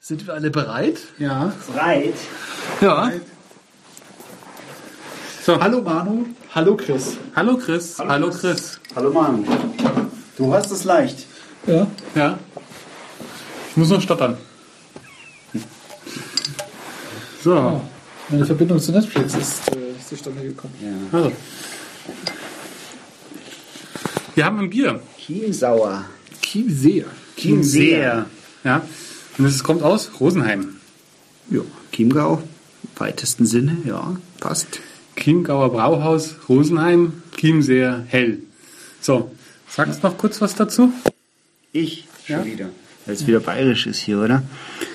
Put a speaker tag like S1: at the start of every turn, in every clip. S1: Sind wir alle bereit?
S2: Ja.
S3: Breit.
S1: Ja.
S2: So, hallo Manu.
S1: Hallo Chris.
S2: Hallo Chris. Hallo, Chris.
S3: Hallo Mann. Du hast es leicht.
S1: Ja.
S2: Ja. Ich muss noch stottern. So,
S1: Oh, Meine Verbindung zu Netflix ist äh, zustande gekommen.
S2: also. Wir haben ein Bier.
S3: Chiemsauer.
S1: Chiemseer.
S3: Chiemseer.
S2: Ja. Und es kommt aus Rosenheim.
S4: Ja, Chiemgau, im weitesten Sinne, ja, passt.
S2: Chiemgauer Brauhaus, Rosenheim, Chiemseer, hell. So, sagst noch kurz was dazu?
S3: Ich schon wieder.
S4: Weil es wieder bayerisch ist hier, oder?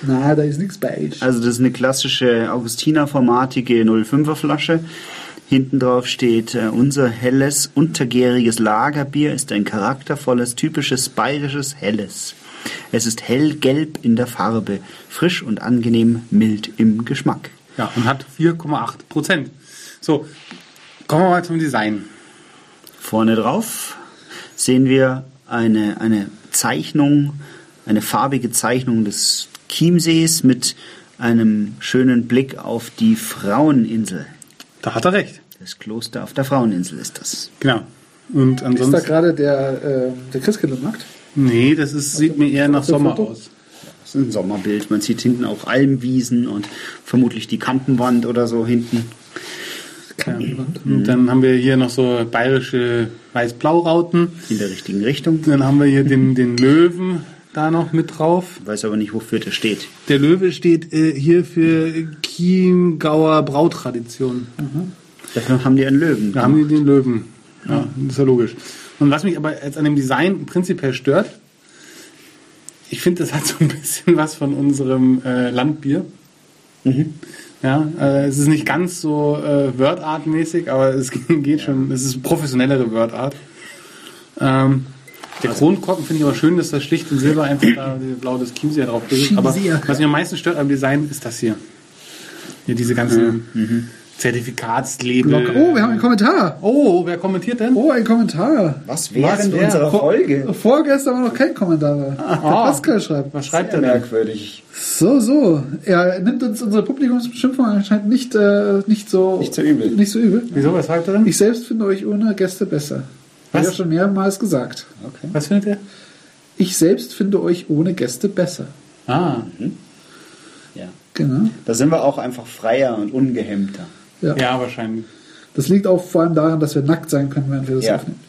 S1: Na, da ist nichts bei.
S4: Also das ist eine klassische Augustiner-formatige 05er Flasche. Hinten drauf steht, äh, unser helles, untergäriges Lagerbier ist ein charaktervolles, typisches bayerisches Helles. Es ist hellgelb in der Farbe, frisch und angenehm mild im Geschmack.
S2: Ja, und hat 4,8 Prozent. So, kommen wir mal zum Design.
S4: Vorne drauf sehen wir eine, eine Zeichnung, eine farbige Zeichnung des Chiemsees mit einem schönen Blick auf die Fraueninsel.
S2: Da hat er recht.
S4: Das Kloster auf der Fraueninsel ist das.
S2: Genau. Und
S1: Ist da
S2: ansonsten.
S1: gerade der, ähm, der Christkindlmarkt?
S2: nee, das ist, sieht mir eher nach
S1: Hast du ein
S2: Sommer
S1: Foto?
S2: aus.
S4: Das ist ein Sommerbild. Man sieht hinten auch Almwiesen und vermutlich die Kampenwand oder so hinten.
S2: Und dann haben wir hier noch so bayerische Weiß-Blau-Rauten.
S4: In der richtigen Richtung.
S2: Dann haben wir hier den, den Löwen da noch mit drauf.
S4: Ich weiß aber nicht, wofür das steht.
S2: Der Löwe steht äh, hier für Chiemgauer Brautradition.
S4: Dafür haben die einen Löwen.
S2: Da haben die den Löwen. Ja, das ist ja logisch. Und was mich aber jetzt an dem Design prinzipiell stört, ich finde, das hat so ein bisschen was von unserem äh, Landbier.
S1: Mhm.
S2: Ja, äh, es ist nicht ganz so äh, Word Art mäßig, aber es geht schon, es ist professionellere Word Art. Ähm, der Kronkorken finde ich aber schön, dass das schlicht in Silber einfach da diese blau des Chiemseer drauf ist. Aber
S1: Chiemseer.
S2: was mich am meisten stört am Design ist das hier. Hier diese ganzen Zertifikatslabel.
S1: mhm. Oh, wir haben einen Kommentar.
S2: Oh, wer kommentiert denn?
S1: Oh, ein Kommentar.
S4: Was
S2: Was wäre-
S4: Folge?
S1: Vorgestern war noch kein Kommentar da. Der Pascal schreibt.
S2: Was schreibt
S3: Sehr
S2: er denn?
S3: merkwürdig.
S1: So, so. Er nimmt uns unsere Publikumsbeschimpfung anscheinend nicht, äh, nicht so.
S3: Nicht so übel.
S1: Nicht so übel.
S2: Wieso, was schreibt er denn?
S1: Ich selbst finde euch ohne Gäste besser.
S2: Was?
S1: Was? Ja schon mehrmals gesagt.
S2: Was findet
S1: Ich selbst finde euch ohne Gäste besser.
S2: er? Ah,
S4: Ja.
S1: Genau.
S4: Da sind wir auch einfach freier und ungehemmter.
S1: Ja.
S2: ja, wahrscheinlich.
S1: Das liegt auch vor allem daran, dass wir nackt sein können, während wir das
S4: Ja.
S1: aufnehmen.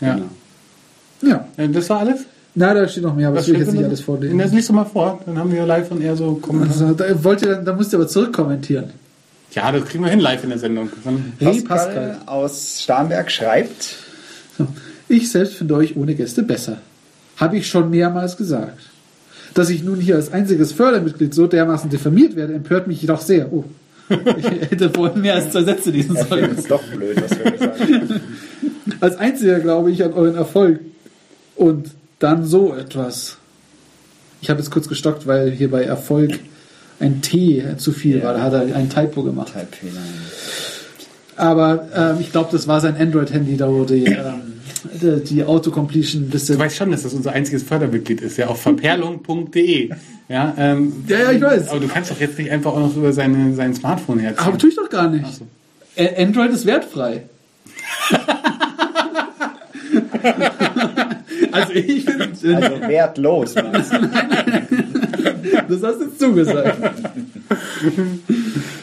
S2: Ja.
S4: Genau.
S1: Ja.
S2: Äh, Das war alles?
S1: Na, da steht noch mehr, aber das will ich jetzt nicht
S2: steht denn?
S1: alles vorlesen.
S2: Das liest du mal vor, dann haben wir live und eher so Kommentare.
S1: Also, da, wollt ihr, dann- da müsst ihr aber zurückkommentieren.
S2: Ja, das kriegen wir hin live in der Sendung. Dann-
S1: Hey
S4: Pascal
S1: Pascal.
S4: aus Starnberg schreibt,
S1: So. Ich selbst finde euch ohne Gäste besser. Habe ich schon mehrmals gesagt. Dass ich nun hier als einziges Fördermitglied so dermaßen diffamiert werde, empört mich jedoch sehr. Oh. Ich hätte vorhin mehr als zwei Sätze diesen
S4: er
S1: sollen.
S4: findet es doch blöd, was wir gesagt haben.
S1: Als einziger glaube ich an euren Erfolg. Und dann so etwas. Ich habe jetzt kurz gestockt, weil hier bei Erfolg ein T zu viel war. Da hat er ein Typo gemacht.
S4: Halbfehler.
S1: Aber ähm, ich glaube, das war sein Android-Handy, da wo die, ähm, die, die Autocompletion ein
S2: Du
S1: bisschen.
S2: weißt schon, dass das unser einziges Fördermitglied ist, ja, auf verperlung.de. Ja, ähm,
S1: Ja, ja, ich weiß.
S2: Aber du kannst doch jetzt nicht einfach auch noch über seine, sein Smartphone herziehen.
S1: Aber tue ich doch gar nicht. Ä- Android ist wertfrei. also ich finde,
S4: Also wertlos. meinst du?
S1: das hast du jetzt zugesagt.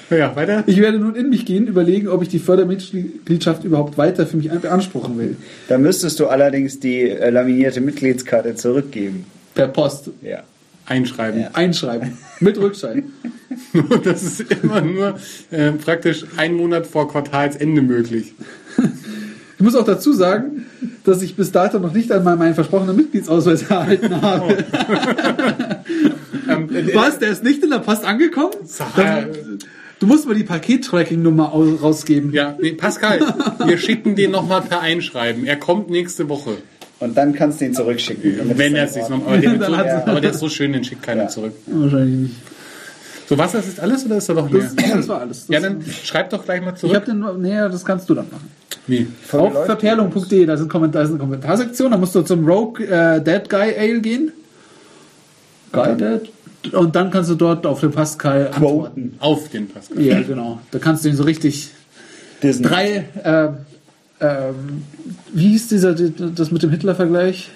S2: Ja, weiter.
S1: Ich werde nun in mich gehen, überlegen, ob ich die Fördermitgliedschaft überhaupt weiter für mich beanspruchen will.
S4: Da müsstest du allerdings die äh, laminierte Mitgliedskarte zurückgeben.
S1: Per Post.
S4: Ja.
S2: Einschreiben.
S1: Einschreiben. Mit Rückschein.
S2: Nur, das ist immer nur äh, praktisch ein Monat vor Quartalsende möglich.
S1: Ich muss auch dazu sagen, dass ich bis dato noch nicht einmal meinen versprochenen Mitgliedsausweis erhalten habe.
S2: Ähm, äh,
S1: Was? Der ist nicht in der Post angekommen?
S2: Sag-
S1: Dann- Du musst mal die Paket-Tracking-Nummer au- rausgeben.
S2: ja, nee, Pascal, wir schicken den nochmal per Einschreiben. Er kommt nächste Woche,
S4: Und dann kannst du ihn zurückschicken. damit
S2: wenn
S4: es
S2: er
S4: in
S2: es sich
S4: Ordnung
S2: nochmal... Aber, den
S1: Dann
S2: so,
S1: hat's-
S2: aber der ist so schön, den schickt keiner
S4: Ja.
S2: zurück.
S1: Wahrscheinlich nicht.
S2: So, was, das ist alles oder ist da noch mehr?
S1: Das, das war alles. Das
S2: ja, dann schreib doch gleich mal
S1: ich
S2: zurück.
S1: habe den. Nee, das kannst du dann machen.
S2: Wie?
S4: Folge
S1: Auf
S4: läuft.
S1: verperlung.de, da, sind Komment- da ist eine Kommentarsektion, da musst du zum Rogue äh, Dead Guy Ale gehen. Guy Dead? Und dann kannst du dort auf den Pascal antworten.
S2: Auf den Pascal.
S1: Ja, genau. Da kannst du ihn so richtig
S5: Disney.
S1: drei. ähm, ähm, wie hieß dieser das mit dem Hitler-Vergleich?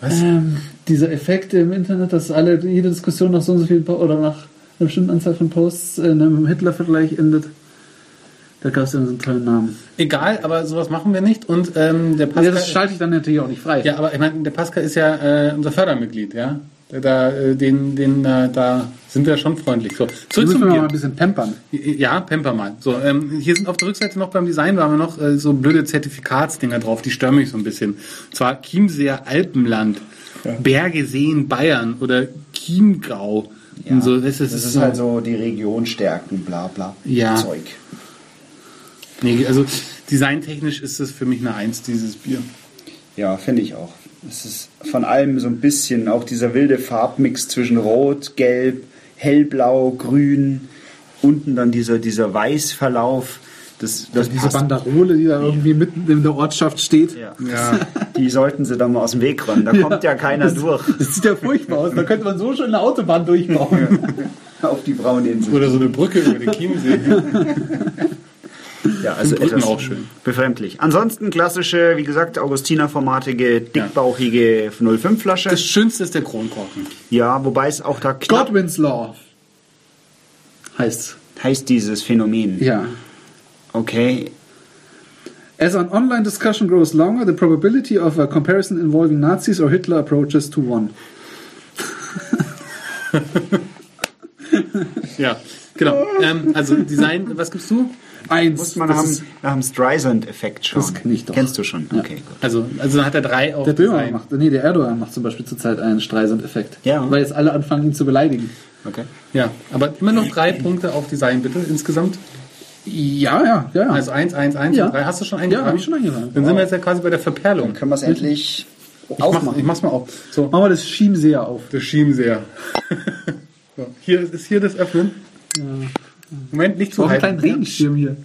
S2: Was?
S1: Ähm, dieser Effekt im Internet, dass alle jede Diskussion nach so und so vielen Po- oder nach einer bestimmten Anzahl von Posts in einem Hitler-Vergleich endet. Da gab es ja so einen tollen Namen.
S2: Egal, aber sowas machen wir nicht. Und ähm, der
S1: Ja,
S2: Pascal.
S1: das schalte ich dann natürlich auch nicht frei.
S2: Ja, aber ich meine, der Pascal ist ja äh, unser Fördermitglied, ja. Da, da, äh, den, den, äh, da sind wir schon freundlich. So,
S1: Da
S2: zurück zum
S1: müssen wir mal
S2: Bier.
S1: ein bisschen pampern.
S2: Ja, Pamper mal. So, ähm, hier sind auf der Rückseite noch beim Design, da haben wir noch äh, so blöde Zertifikatsdinger drauf, die stören mich so ein bisschen. Und zwar Chiemseer Alpenland, Berge Seen Bayern oder Chiemgau. Und so, weißt du,
S4: das ist halt so die Region stärken, bla bla.
S2: Ja.
S4: Zeug.
S2: Nee, also designtechnisch ist das für mich eine Eins, dieses Bier.
S4: Ja, finde ich auch. Es ist von allem so ein bisschen auch dieser wilde Farbmix zwischen Rot, Gelb, Hellblau, Grün.
S5: Unten dann dieser, dieser Weißverlauf. Das, das
S1: Also Diese
S5: passt.
S1: Banderole, die da irgendwie mitten in der Ortschaft steht.
S5: Ja.
S2: Ja.
S5: Die sollten sie doch mal aus dem Weg räumen. Da kommt ja keiner durch.
S1: Das sieht ja furchtbar aus. Da könnte man so schön eine Autobahn durchbauen.
S4: Auf die braune Insel.
S2: Oder so eine Brücke über den Chiemsee.
S5: Ja, also
S2: Brücken
S5: etwas
S2: auch schön.
S5: befremdlich. Ansonsten klassische, wie gesagt, Augustiner-formatige, dickbauchige 05-Flasche.
S2: Das Schönste ist der Kronkorken.
S5: Ja, wobei es auch da knapp
S1: Godwin's Law heißt's.
S5: heißt dieses Phänomen.
S1: Ja.
S5: Okay,
S1: As an online discussion grows longer, the probability of a comparison involving Nazis or Hitler approaches to one.
S2: Ja, genau. Ähm, also Design, was gibst du?
S1: Eins.
S5: muss man
S1: das
S5: nach
S1: ist-
S5: dem- nach dem Streisand-Effekt schauen.
S1: Das kenn ich doch.
S5: Kennst du schon?
S1: Ja.
S5: Okay, gut.
S2: Also, also dann hat er drei auf
S1: der Böhmer
S2: Design.
S1: macht, nee, der Erdogan macht zum Beispiel zurzeit einen Streisand-Effekt.
S5: Ja.
S1: Weil jetzt alle anfangen, ihn zu beleidigen.
S5: okay.
S2: Ja, aber immer noch drei Punkte auf Design, bitte, insgesamt.
S1: Ja, ja, ja.
S2: Also eins, eins, eins,
S1: Ja.
S2: und drei. Hast du schon eingetragen?
S1: ja, habe ich schon eingegangen.
S2: Dann sind wir jetzt ja quasi bei der Verperlung.
S4: Können wir es endlich
S2: Ich
S4: aufmachen?
S2: mach's, ich mach's mal auf. So,
S1: Machen wir das Schiemseher auf.
S2: das Schiemseer. so, hier ist ist hier das Öffnen. Moment, nicht
S1: Ich
S2: zu
S1: brauche einen
S2: halten.
S1: kleinen Regenschirm hier.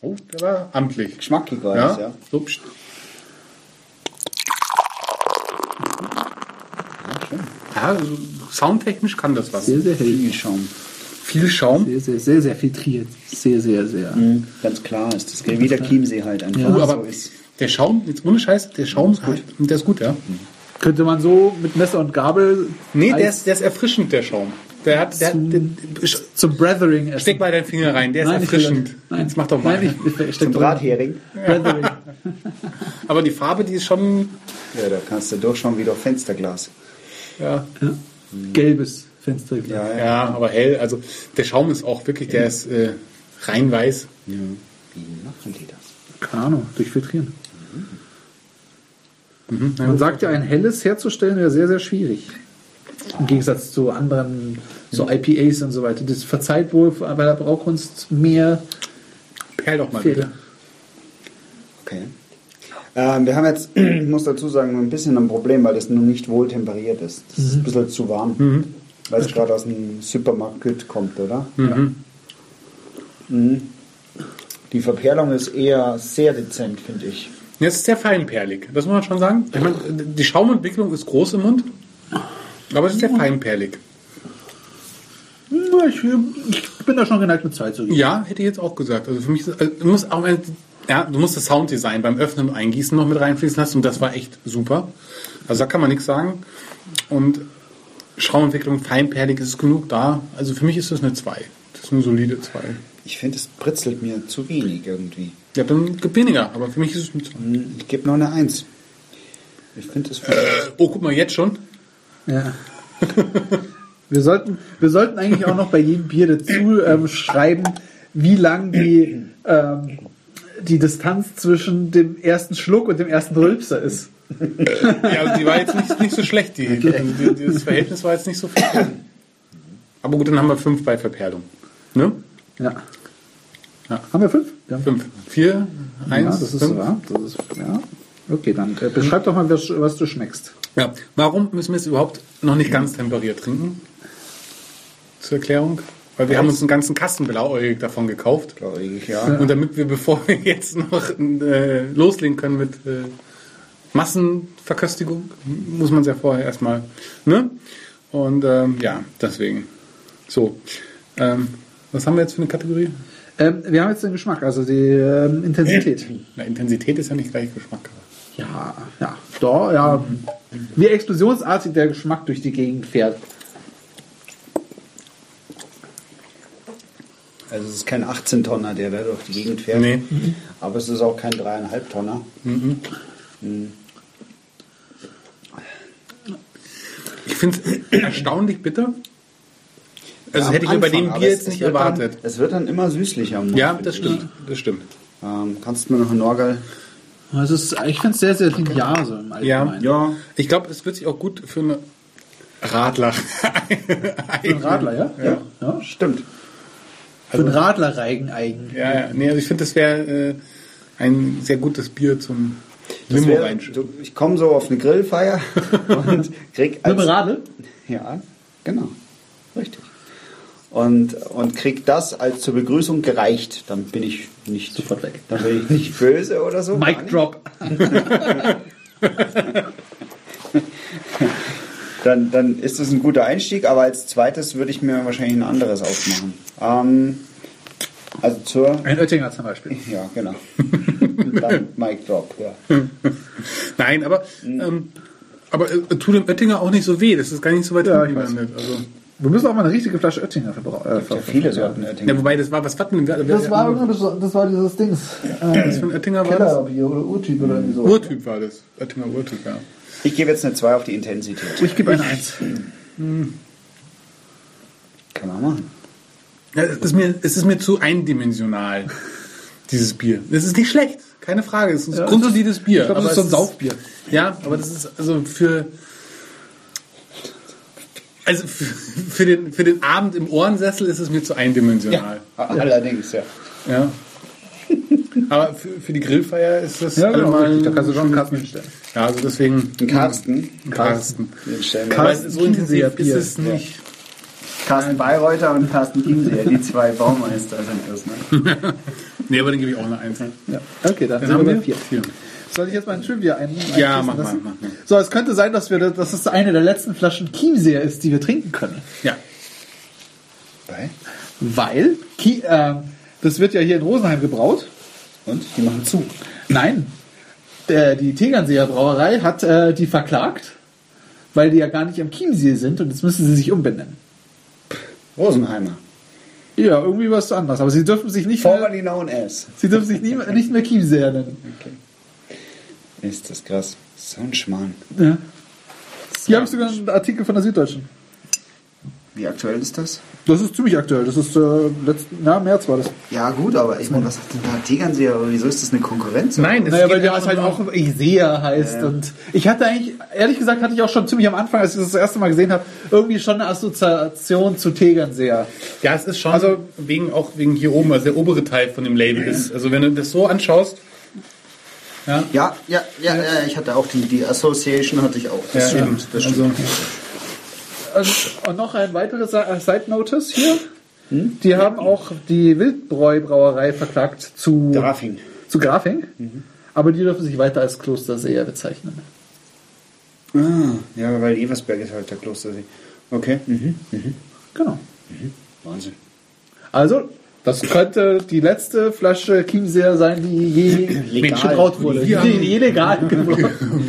S2: Oh, der war amtlich.
S4: Geschmacklich war
S2: Ja,
S4: es, ja.
S2: so, pst. Ja, also soundtechnisch kann das was.
S1: Sehr, sehr hell.
S4: Viel Schaum.
S2: Viel Schaum.
S1: Sehr, sehr, sehr, sehr filtriert. Sehr, sehr, sehr.
S4: Ganz klar ist das. Wie der Chiemsee halt einfach.
S1: Ja. Uh,
S2: Oh,
S4: so
S2: aber
S4: ist.
S2: der Schaum, jetzt ohne Scheiß, der Schaum ist gut. Der ist gut, ja.
S1: Könnte man so mit Messer und Gabel
S2: Nee, der
S1: als
S2: ist, der ist erfrischend, der Schaum. Der hat, der, der,
S1: zum Brethering essen.
S2: steck mal deinen Finger rein, der ist
S1: Nein, ich will-
S2: erfrischend.
S1: Nein,
S2: Jetzt mach doch mal.
S1: Nein, ich, ich
S4: Zum
S1: steck
S4: Brathering.
S1: Brethering.
S2: Aber die Farbe, die ist schon,
S4: Ja, da kannst du durchschauen wie durch Fensterglas.
S2: ja,
S1: Gelbes Fensterglas.
S4: Ja, ja.
S2: ja, aber hell. Also der Schaum ist auch wirklich, der ist äh, rein weiß.
S4: Wie machen die das?
S1: Keine Ahnung, durch Filtrieren. Man sagt ja, ein helles herzustellen wäre sehr, sehr schwierig. Im Gegensatz zu anderen, so IPAs und so weiter. Das verzeiht wohl bei der Braukunst mehr
S2: Perl doch mal
S1: Fehler.
S2: wieder.
S4: Okay. Ähm, wir haben jetzt, ich muss dazu sagen, ein bisschen ein Problem, weil das noch nicht wohl temperiert ist. Das ist ein bisschen zu warm. Weil es gerade aus dem Supermarkt kommt, oder? Ja. Mhm. Mhm. Die Verperlung ist eher sehr dezent, finde ich.
S2: Ja, es ist sehr feinperlig, das muss man schon sagen. Ich meine, die Schaumentwicklung ist groß im Mund, aber es ist sehr feinperlig.
S1: Na, Ich, ich bin da schon geneigt, mit zwei zu gehen.
S2: Ja, hätte ich jetzt auch gesagt. Also für mich, ist es- also du musst auch, mal- ja, du musst das Sounddesign beim Öffnen und Eingießen noch mit reinfließen lassen und das war echt super. Also da kann man nichts sagen. Und Schraubenentwicklung, feinperlig ist genug da. Also für mich ist das eine 2. Das ist eine solide 2.
S4: Ich finde, es britzelt mir zu wenig irgendwie.
S2: Ja, dann gibt weniger, aber für mich ist es eine 2.
S4: Ich gebe noch eine Eins. Ich finde es.
S2: Oh, guck mal, jetzt schon.
S1: Ja. Wir sollten, wir sollten eigentlich auch noch bei jedem Bier dazu ähm, schreiben, wie lang die, ähm, die Distanz zwischen dem ersten Schluck und dem ersten Rülpser ist.
S2: Ja, also die war jetzt nicht, nicht so schlecht. Die, die, die, das Verhältnis war jetzt nicht so verkehrt. Aber gut, dann haben wir 5 bei Verperlung. Ne?
S1: Ja.
S2: Ja.
S1: Haben wir fünf? Ja.
S2: 5. 4,
S1: ja,
S2: 1,
S1: das ist, ja, das ist ja. Okay, dann äh, beschreib doch mal, was, was du schmeckst.
S2: Ja, warum müssen wir es überhaupt noch nicht ganz temperiert trinken? Zur Erklärung. Weil wir haben uns einen ganzen Kasten blauäugig davon gekauft.
S4: Glaube ich, ja.
S2: Und damit wir, bevor wir jetzt noch äh, loslegen können mit äh, Massenverköstigung muss man es ja vorher erstmal. Ne? Und ähm, ja, deswegen. So. Ähm, was haben wir jetzt für eine Kategorie?
S1: Ähm, wir haben jetzt den Geschmack, also die ähm, Intensität.
S2: Na, Intensität ist ja nicht gleich Geschmack.
S1: Ja, ja, doch, ja. Wie explosionsartig der Geschmack durch die Gegend fährt.
S4: Also es ist kein 18-Tonner, der da durch die Gegend fährt.
S2: Nee.
S4: Aber es ist auch kein 3,5-Tonner.
S2: Ich finde es erstaunlich bitter. Also das hätte ich mir bei dem Bier jetzt nicht erwartet.
S4: Dann, es wird dann immer süßlicher. am Mund,
S2: Ja,
S4: finde
S2: das
S4: ich.
S2: stimmt. Das stimmt.
S4: Ähm, kannst du mir noch einen Norgal?
S1: Es ist, ich finde es sehr, sehr linear so im
S2: Ja,
S1: Allgemeinen.
S2: ja. Ich glaube, es wird sich auch gut für eine Radler.
S1: Für einen Radler, ja?
S2: Ja.
S1: ja.
S4: Stimmt.
S1: Für einen Radlerreigen eigen.
S2: ja, ja. Nee, also ich finde, das wäre äh, ein sehr gutes Bier zum
S4: Das
S2: Limo
S4: wär-
S2: reinschütten.
S4: du- ich komme so auf eine Grillfeier und krieg als,
S1: Limonade?
S4: Ja, genau. Richtig. Und, und krieg das als zur Begrüßung gereicht. Dann bin ich nicht
S1: Sofort weg.
S4: Dann bin ich nicht böse oder so.
S1: Mic
S4: Gar nicht.
S1: Drop.
S4: Dann, dann ist das ein guter Einstieg, aber als zweites würde ich mir wahrscheinlich ein anderes aufmachen. Ähm, also zur.
S1: Ein Oettinger zum Beispiel.
S4: Ja, genau. dann Mic Drop, ja.
S2: Nein, aber,
S1: Mhm.
S2: ähm, aber äh, tut dem Oettinger auch nicht so weh. Das ist gar nicht so weit
S1: Ja,
S2: hinten
S1: ich weiß.
S2: gelandet. Also,
S1: Wir müssen auch mal eine richtige Flasche Oettinger verbrauchen. Äh,
S4: Ja,
S1: ver-
S4: viele Sorten Oettinger.
S2: ja, wobei, das war, was hatten wir?
S1: Das war, irgendwie- das war dieses Dings. ähm,
S2: was für ein Oettinger war das?
S1: Kellerbier oder Urtyp oder irgendwie so.
S2: Urtyp war das. Oettinger Urtyp, ja.
S4: Ich gebe jetzt eine 2 auf die Intensität.
S1: Ich gebe eine Eins.
S4: Kann man machen.
S2: Ja, es, ist mir, es ist mir zu eindimensional, dieses Bier. Es ist nicht schlecht, keine Frage. Es ist
S1: Ja,
S2: ein grundsolides Bier.
S1: Ich glaube, das ist so ein Saufbier.
S2: Ja, aber das ist also für. Also für, für, den, für den Abend im Ohrensessel ist es mir zu eindimensional.
S4: Ah, Allerdings, ja.
S2: Ja. Aber für, für die Grillfeier ist das
S1: Ja, genau,
S2: allemal-
S1: richtig. Da kannst du schon einen Karsten hinstellen.
S2: Ja, also deswegen.
S4: Ein Mhm. Carsten.
S2: Karsten.
S4: Den stellen wir
S2: Aber
S1: Carsten
S2: so intensiv
S1: Bier.
S2: ist es nicht.
S4: Carsten Bayreuther und Carsten Chiemseer, die zwei Baumeister sind das, ne?
S2: Nee, aber den gebe ich auch eine Eins.
S1: Ja. Okay,
S2: Dann
S1: dann, sind
S2: haben
S1: wir
S2: wir
S1: bei vier.
S2: vier.
S1: Soll ich jetzt mal ein Trivia ein?
S2: Ja,
S1: einfließen
S2: mach mal,
S1: lassen?
S2: mach mal.
S1: So, es könnte sein, dass wir, das- dass es eine der letzten Flaschen Chiemseer ist, die wir trinken können.
S2: Ja.
S4: Bei?
S1: Weil, Chie- ähm, das wird ja hier in Rosenheim gebraut.
S4: Und? Die machen zu.
S1: Nein. Der, die Tegernseer Brauerei hat äh, die verklagt, weil die ja gar nicht am Chiemsee sind und jetzt müssen sie sich umbenennen.
S4: Rosenheimer.
S1: Ja, irgendwie was anderes. Aber sie dürfen sich nicht mehr,
S4: Formerly known as.
S1: sie dürfen sich nie, nicht mehr Chiemseer nennen.
S4: Ist das krass. So ein Schmarrn.
S1: Ja. Hier habe ich sogar einen Artikel von der Süddeutschen.
S4: Wie aktuell ist das?
S1: Das ist ziemlich aktuell. Das ist äh, letzten, na, März war das.
S4: Ja, gut, aber ich meine, was hat denn da Tegernseer? Aber Wieso ist das eine Konkurrenz?
S2: Nein, es
S1: Naja, weil
S2: geht
S1: der
S2: einfach
S1: halt
S2: nur-
S1: auch Isea heißt. Und ich hatte eigentlich, ehrlich gesagt, hatte ich auch schon ziemlich am Anfang, als ich das, das erste Mal gesehen habe, irgendwie schon eine Assoziation zu Tegernseer.
S2: Ja, es ist schon also wegen auch wegen hier oben, also der obere Teil von dem Label ist. Also wenn du das so anschaust,
S4: Ja, ja, ja, ja, ich hatte auch die, die Association, hatte ich auch. Das
S2: ja,
S4: stimmt, das stimmt.
S2: also
S1: Und, und noch ein weiteres äh, Side Notice hier. Die haben auch die Wildbräu-Brauerei verklagt zu
S4: Grafing.
S1: Zu Grafing. Mhm. Aber die dürfen sich weiter als Klosterseer bezeichnen.
S4: Ah, ja, weil Eversberg ist halt der Klostersee. Okay. Mhm.
S1: Genau.
S4: Wahnsinn.
S1: Also, das könnte die letzte Flasche Chiemseer sein, die je
S4: Legal.
S1: gebraut wurde. Die,
S2: Wir haben-
S1: die illegal gebraut wurde.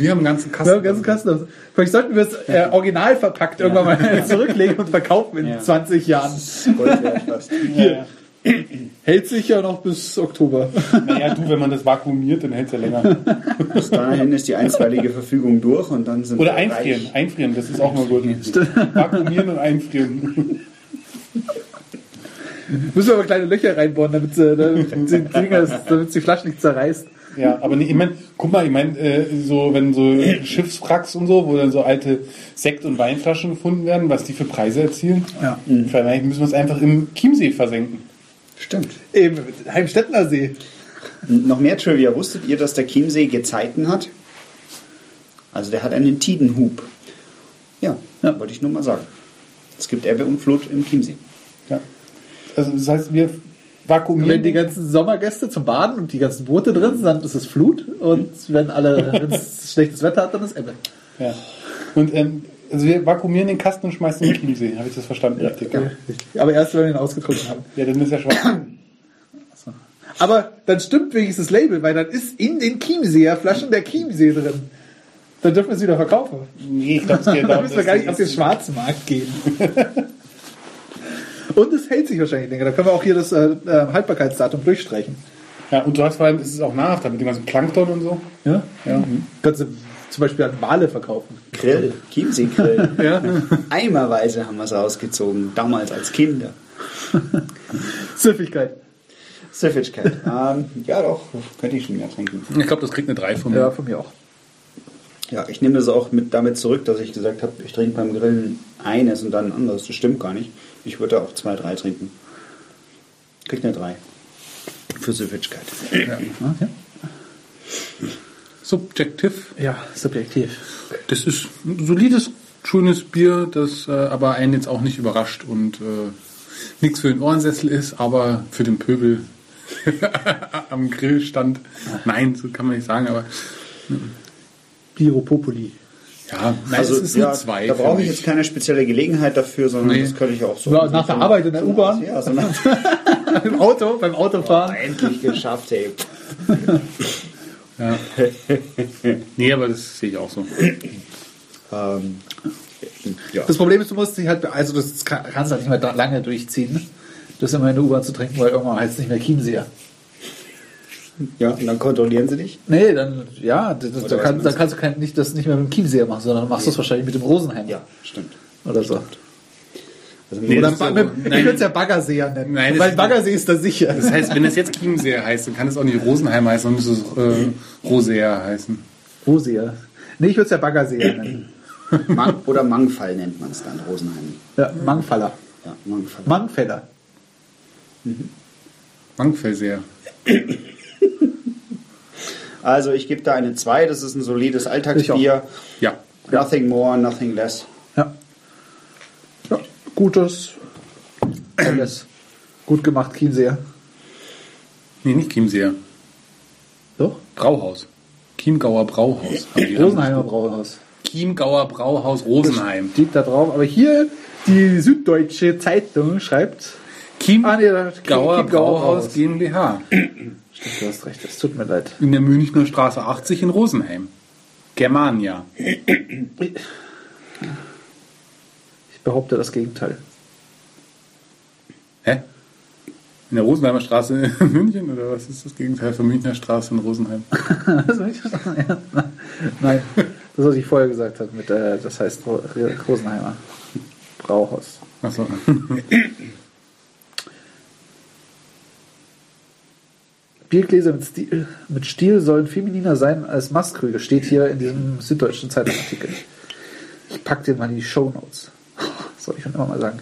S2: wir haben einen ganzen
S1: Ja,
S2: Kasten.
S1: im ganzen Kasten. aus. Vielleicht sollten wir es äh, original verpackt irgendwann mal zurücklegen und verkaufen in 20 Jahren.
S4: Gold wert fast.
S2: ja,
S1: Hält sich ja noch bis Oktober.
S2: naja, du, wenn man das vakuumiert, dann hält es ja länger.
S4: Bis dahin ist die einstweilige Verfügung durch und dann sind
S2: Oder
S4: wir reich.
S2: einfrieren. Einfrieren, das ist auch mal gut. Vakuumieren und einfrieren.
S1: Müssen wir aber kleine Löcher reinbohren, damit, äh, damit, die, Dinger, damit die Flasche nicht zerreißt.
S2: Ja, aber nee, ich mein, guck mal, ich mein, äh, so, wenn so Schiffswracks und so, wo dann so alte Sekt- und Weinflaschen gefunden werden, was die für Preise erzielen,
S1: Ja.
S2: vielleicht müssen wir es einfach im Chiemsee versenken.
S4: Stimmt.
S1: Eben, Heimstettner See.
S4: Noch mehr Trivia. Wusstet ihr, dass der Chiemsee Gezeiten hat? Also der hat einen Tidenhub. Ja,
S1: Ja.
S4: wollte ich nur mal sagen. Es gibt Ebbe und Flut im Chiemsee.
S2: Ja. Also das heißt, wir
S1: Und wenn die
S2: vakuumieren.
S1: ganzen Sommergäste zum Baden und die ganzen Boote drin sind, dann ist es Flut. Und wenn alle wenn's schlechtes Wetter hat, dann ist Ebbe.
S2: Ja. Und ähm, also wir vakuumieren den Kasten und schmeißen ihn in den Chiemsee. Habe ich das verstanden? richtig? Ja.
S1: Aber erst, wenn wir ihn ausgetrunken haben.
S2: ja, dann ist ja schon.
S1: Aber dann stimmt wenigstens das Label, weil dann ist in den Chiemseer Flaschen der Chiemsee drin. Dann dürfen wir es wieder verkaufen.
S2: Nee, ich glaube, es geht
S1: Dann
S2: darum,
S1: müssen wir gar nicht auf den
S2: dass-
S1: Schwarzmarkt gehen. Und es hält sich wahrscheinlich länger. Da können wir auch hier das äh, äh, Haltbarkeitsdatum durchstreichen.
S2: Ja, und du hast vor allem, es ist auch nahrhaft mit dem ganzen Plankton und so.
S1: Ja?
S2: Ja.
S1: Kannst du zum Beispiel an Wale verkaufen.
S5: Grill, Chiemsee-Grill.
S2: Ja.
S5: Eimerweise haben wir es ausgezogen, damals als Kinder.
S1: Süffigkeit.
S4: Süffigkeit. ähm, ja, doch, könnte ich schon mehr trinken.
S2: Ich glaube, das kriegt eine 3 von mir.
S1: Ja, von mir auch.
S4: Ja, ich nehme das auch mit damit zurück, dass ich gesagt habe, ich trinke beim Grillen eines und dann ein anderes. Das stimmt gar nicht. Ich würde auch zwei, drei trinken. Kriegt eine drei. Für Süffigkeit.
S1: Okay.
S2: Subjektiv.
S1: Ja, subjektiv.
S2: Das ist ein solides, schönes Bier, das äh, aber einen jetzt auch nicht überrascht und äh, nichts für den Ohrensessel ist, aber für den Pöbel am Grill stand. Nein, so kann man nicht sagen, aber
S1: Biro Populi.
S2: ja, nein,
S4: Also,
S2: es ist
S4: ja,
S2: eine 2.
S4: da brauche ich jetzt keine spezielle Gelegenheit dafür, sondern
S2: Nee.
S4: das könnte ich auch so.
S1: Ja, nach der Arbeit in der U-Bahn.
S4: Ja, so nach
S1: Im Auto, beim Autofahren.
S4: endlich geschafft, ey.
S2: Nee, aber das sehe ich auch so.
S4: Ähm, ja.
S1: Das Problem ist, du musst dich halt, also das kann- kannst halt nicht mehr da- lange durchziehen, ne? das immer in der U-Bahn zu trinken, weil irgendwann heißt es nicht mehr Chiemseer.
S4: ja, und dann kontrollieren sie dich.
S1: Nee, dann, ja, das, das,
S4: Oder
S1: dann,
S4: was
S1: kann,
S4: meinst
S1: dann
S4: du?
S1: kannst du kein, nicht, das nicht mehr mit dem Chiemseer machen, sondern machst du es wahrscheinlich mit dem Rosenheim
S4: Ja, stimmt.
S1: oder so.
S4: Also,
S2: Nee,
S1: Oder
S2: das ist
S1: ba-
S2: ja
S1: mit,
S2: wohl-
S1: ich
S2: nein.
S1: würde es ja Baggerseer nennen,
S2: Nein, das
S1: weil
S2: ist-
S1: Baggersee ist da sicher.
S2: Das heißt, wenn es jetzt Chiemseer heißt, dann kann es auch nicht Rosenheim heißen, dann müsste es äh, Roseer heißen.
S1: Roseer. Nee, ich würde es ja Baggerseer nennen.
S4: Mang oder Mangfall nennt man es dann, Rosenheim.
S1: Ja, Mangfaller.
S4: Ja, Mangfall.
S1: Mangfeller.
S2: Mangfelseer.
S4: Also ich gebe da eine 2, das ist ein solides Alltagsbier.
S2: Ja.
S4: Nothing more, nothing less.
S1: Ja. ja gutes. Alles. Gut gemacht, Chiemseer.
S2: Nee, nicht Chiemseer.
S1: Doch?
S2: Brauhaus. Chiemgauer Brauhaus. haben die
S1: Rosenheimer Brauhaus.
S2: Chiemgauer Brauhaus Rosenheim.
S1: Steht da drauf, aber hier die Süddeutsche Zeitung schreibt. Ah, nee, da-
S2: Chiemgauer
S1: Chiemgauer Brauhaus.
S2: Brauhaus GmbH.
S1: Stimmt, du hast recht, es tut mir leid.
S2: In der Münchner Straße 80 in Rosenheim. Germania.
S1: Ich behaupte das Gegenteil.
S2: Hä? In der Rosenheimer Straße in München? Oder was ist das Gegenteil von Münchner Straße in Rosenheim?
S1: Also ich- ja, Nein, das, was ich vorher gesagt habe, mit, äh, das heißt Ro- Rosenheimer Brauhaus.
S2: Achso.
S1: Biergläser mit Stiel, mit Stiel sollen femininer sein als Mastkrüge, steht hier in diesem süddeutschen Zeitungsartikel. Ich packe den mal in die Shownotes. Das soll ich schon immer mal sagen.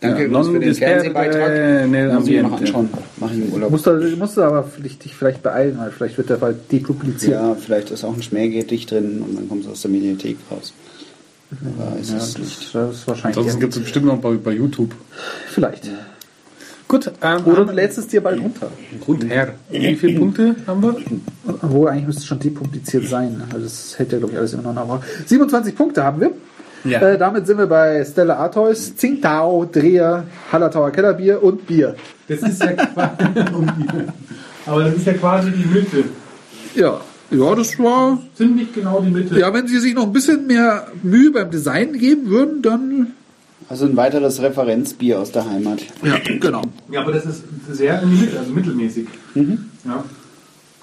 S4: Danke
S2: Ja,
S4: übrigens für den Fernsehbeitrag.
S2: non-dispersed, äh,
S4: Muss ich mir noch
S2: Ambiente.
S4: anschauen. Mach ich im Urlaub.
S1: Musst du, musst du aber vielleicht- dich vielleicht beeilen, weil vielleicht wird der bald depubliziert.
S4: ja, vielleicht ist auch ein Schmähgedicht drin und dann kommt es aus der Mediathek raus. Aber ist
S1: Ja,
S4: es
S1: das,
S4: nicht.
S1: das ist wahrscheinlich.
S2: Ansonsten gibt es bestimmt noch bei, bei YouTube.
S1: Vielleicht.
S2: Gut, ähm,
S1: Oder du lädst es dir bald runter.
S2: Grundherr. Wie viele Punkte haben wir?
S1: Obwohl, eigentlich müsste es schon depubliziert sein. Also das hält ja, glaube ich, alles immer noch nach. 27 Punkte haben wir.
S2: Ja.
S1: Äh, damit sind wir bei Stella Artois, Tsingtao, Dreher, Hallertauer Kellerbier und Bier.
S2: Das ist ja quasi. Aber das ist ja quasi die Mitte.
S1: Ja. Ja, das war.
S2: Ziemlich genau die Mitte.
S1: Ja, wenn sie sich noch ein bisschen mehr Mühe beim Design geben würden, dann.
S4: Also ein weiteres Referenzbier aus der Heimat.
S1: Ja, genau.
S6: Ja, aber das ist sehr in die Mitte, also mittelmäßig.
S1: Mhm.
S6: Ja,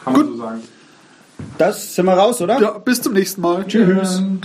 S6: kann man so sagen.
S4: Das sind wir raus, oder?
S1: Ja, bis zum nächsten Mal. Tschüss.
S6: Ähm,